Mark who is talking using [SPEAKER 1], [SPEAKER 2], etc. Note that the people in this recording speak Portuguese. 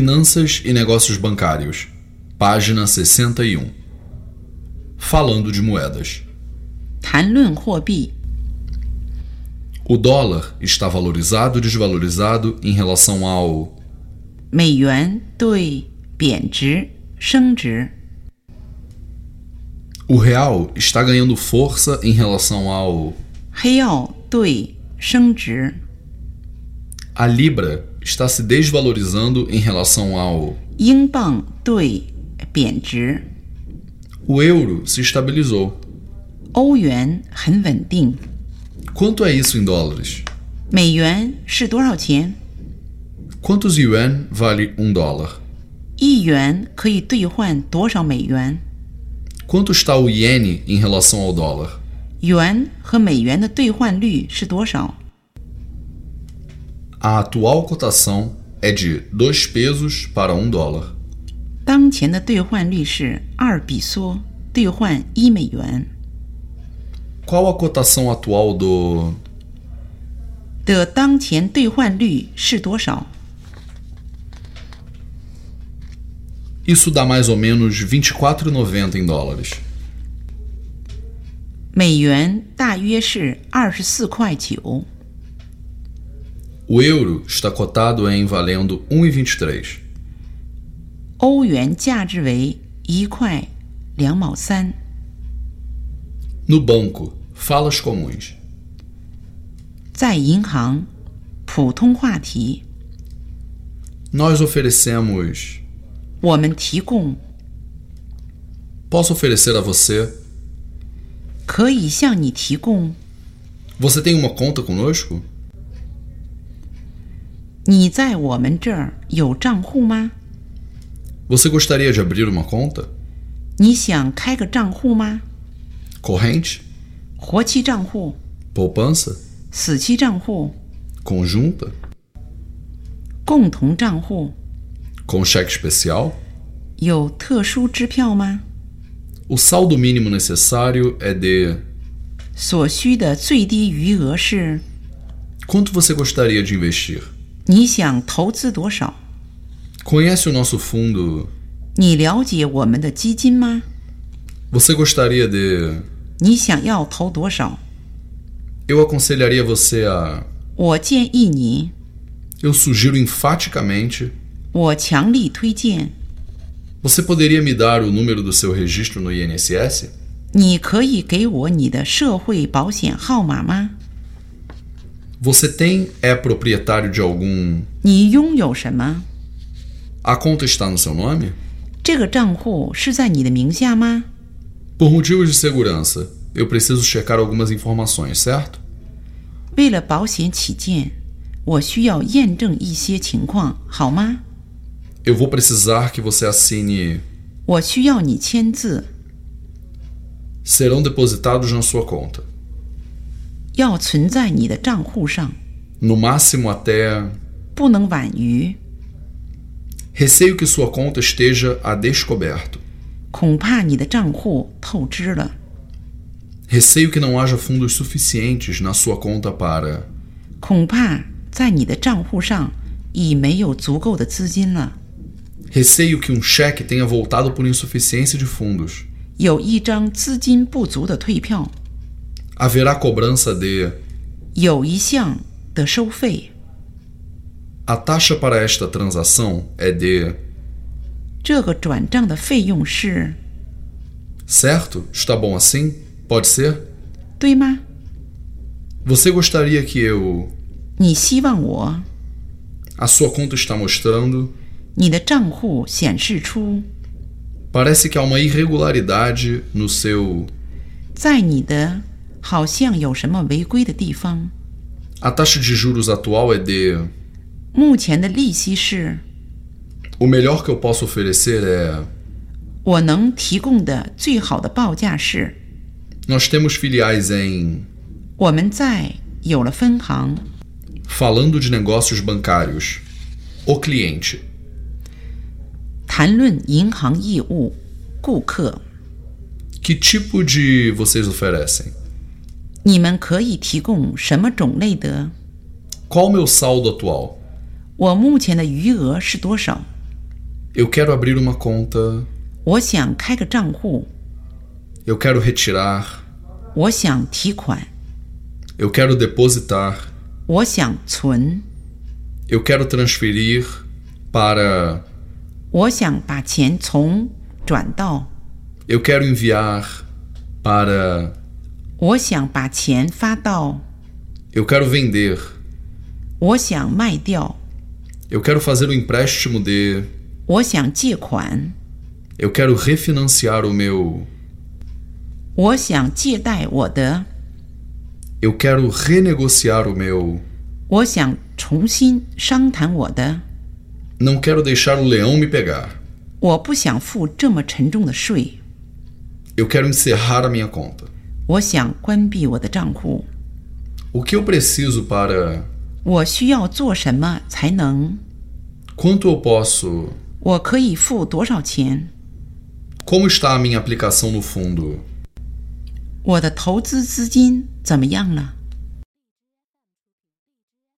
[SPEAKER 1] Finanças e Negócios Bancários, página 61. Falando de moedas.
[SPEAKER 2] 谈论货币，
[SPEAKER 1] O dólar está valorizado e desvalorizado em relação ao.
[SPEAKER 2] 美元对贬值、升值，
[SPEAKER 1] O real está ganhando força em relação ao.
[SPEAKER 2] 黑曜对升值，
[SPEAKER 1] A libra está se desvalorizando em relação ao.
[SPEAKER 2] 英镑对贬值，
[SPEAKER 1] O euro se estabilizou.
[SPEAKER 2] 欧元很稳定。
[SPEAKER 1] Quanto é isso em dólares?
[SPEAKER 2] 美元是多少钱？
[SPEAKER 1] Quantos yuan vale um dólar?
[SPEAKER 2] 一元可以兑换多少美元？
[SPEAKER 1] Quanto está o iene em relação ao dólar?
[SPEAKER 2] 元和美元的兑换率是多少？
[SPEAKER 1] A atual cotação é de 2 pesos para 1 dólar.
[SPEAKER 2] 当前的兑换率是二比索兑换一美元
[SPEAKER 1] Qual a cotação atual do.
[SPEAKER 2] 的当前兑换率是多少？
[SPEAKER 1] Isso dá mais ou menos 24,90 em dólares.
[SPEAKER 2] 美元大约是二十四块九，
[SPEAKER 1] O euro está cotado em valendo 1,23.
[SPEAKER 2] 欧元价值为一块两毛三。
[SPEAKER 1] No banco, falas comuns.
[SPEAKER 2] 在银行，普通话题，
[SPEAKER 1] Nós oferecemos.
[SPEAKER 2] 我们提供
[SPEAKER 1] Posso oferecer a você.
[SPEAKER 2] 可以向你提供，
[SPEAKER 1] Você tem uma conta conosco?
[SPEAKER 2] 你在我们这儿有账户吗？
[SPEAKER 1] Você gostaria de abrir uma conta?
[SPEAKER 2] 你想开个账户吗？
[SPEAKER 1] Corrente?
[SPEAKER 2] 活期账户、
[SPEAKER 1] Poupança?
[SPEAKER 2] 死期账户、
[SPEAKER 1] Conjunta?
[SPEAKER 2] 共同账户，
[SPEAKER 1] Com cheque especial?
[SPEAKER 2] 有特殊支票吗？
[SPEAKER 1] O saldo mínimo necessário é de.
[SPEAKER 2] 所需的最低余额是？
[SPEAKER 1] Quanto você gostaria de investir?
[SPEAKER 2] 你想投资多少？
[SPEAKER 1] Conhece o nosso fundo?
[SPEAKER 2] 你了解我们的基金吗？
[SPEAKER 1] Você gostaria de.
[SPEAKER 2] 你想要投多少？
[SPEAKER 1] Eu aconselharia você a.
[SPEAKER 2] 我建议你，
[SPEAKER 1] Eu sugiro enfaticamente.
[SPEAKER 2] 我强力推荐，
[SPEAKER 1] Você poderia me dar o número do seu registro no INSS?
[SPEAKER 2] 你可以给我你的社会保险号码吗？
[SPEAKER 1] Você tem é proprietário de algum.
[SPEAKER 2] 你拥有什么？
[SPEAKER 1] A conta está no seu nome?
[SPEAKER 2] 这个账户是在你的名下吗？
[SPEAKER 1] Por motivos de segurança, eu preciso checar algumas informações, certo?
[SPEAKER 2] 为了保险起见，我需要验证一些情况，好吗？
[SPEAKER 1] Eu vou precisar que você assine.
[SPEAKER 2] 我需要你签字，
[SPEAKER 1] Serão depositados na sua conta.
[SPEAKER 2] 要存在你的账户上，
[SPEAKER 1] No máximo até.
[SPEAKER 2] 不能晚于。
[SPEAKER 1] Receio que sua conta esteja a descoberto.
[SPEAKER 2] 恐怕你的账户透支了，
[SPEAKER 1] Receio que não haja fundos suficientes na sua conta para.
[SPEAKER 2] 恐怕在你的账户上已没有足够的资金了。
[SPEAKER 1] Receio que um cheque tenha voltado por insuficiência de fundos.
[SPEAKER 2] 有一张资金不足的退票，
[SPEAKER 1] Haverá cobrança de.
[SPEAKER 2] 有一项的收费，
[SPEAKER 1] A taxa para esta transação é de.
[SPEAKER 2] 这个转账的费用是
[SPEAKER 1] Certo? Está bom assim? Pode ser?
[SPEAKER 2] 对吗？
[SPEAKER 1] Você gostaria que eu.
[SPEAKER 2] 你希望我
[SPEAKER 1] A sua conta está mostrando.
[SPEAKER 2] 你的账户显示出
[SPEAKER 1] Parece que há uma irregularidade no seu.
[SPEAKER 2] 在你的好像有什么违规的地方。
[SPEAKER 1] A taxa de juros atual é de.
[SPEAKER 2] 目前的利息是
[SPEAKER 1] O melhor que eu posso oferecer é.
[SPEAKER 2] 我能提供的最好的报价是，
[SPEAKER 1] Nós temos filiais em.
[SPEAKER 2] 我们在有了分行，
[SPEAKER 1] Falando de negócios bancários. O cliente.
[SPEAKER 2] 谈论银行业务、顾客，
[SPEAKER 1] Que tipo de vocês oferecem?
[SPEAKER 2] 你们可以提供什么种类的？
[SPEAKER 1] Qual o meu saldo atual?
[SPEAKER 2] 我目前的余额是多少？
[SPEAKER 1] Eu quero abrir uma conta.
[SPEAKER 2] 我想开个账户，
[SPEAKER 1] Eu quero retirar.
[SPEAKER 2] 我想提款，
[SPEAKER 1] Eu quero depositar.
[SPEAKER 2] 我想存，
[SPEAKER 1] Eu quero transferir para.
[SPEAKER 2] 我想把钱从转到，
[SPEAKER 1] Eu quero enviar para.
[SPEAKER 2] 我想把钱发到，
[SPEAKER 1] Eu quero vender.
[SPEAKER 2] 我想卖掉，
[SPEAKER 1] Eu quero fazer o empréstimo de.
[SPEAKER 2] 我想借款，
[SPEAKER 1] Eu quero refinanciar o meu.
[SPEAKER 2] 我想借贷我的，
[SPEAKER 1] Eu quero renegociar o meu.
[SPEAKER 2] 我想重新商谈我的，
[SPEAKER 1] Não quero deixar o leão me pegar.
[SPEAKER 2] 我不想付这么沉重的税，
[SPEAKER 1] Eu quero encerrar a minha conta.
[SPEAKER 2] 我想关闭我的账户，
[SPEAKER 1] O que eu preciso para.
[SPEAKER 2] 我需要做什么才能？
[SPEAKER 1] Quanto eu posso.
[SPEAKER 2] 我可以付多少钱？
[SPEAKER 1] Como está a minha aplicação no fundo?
[SPEAKER 2] 我的投资资金怎么样了？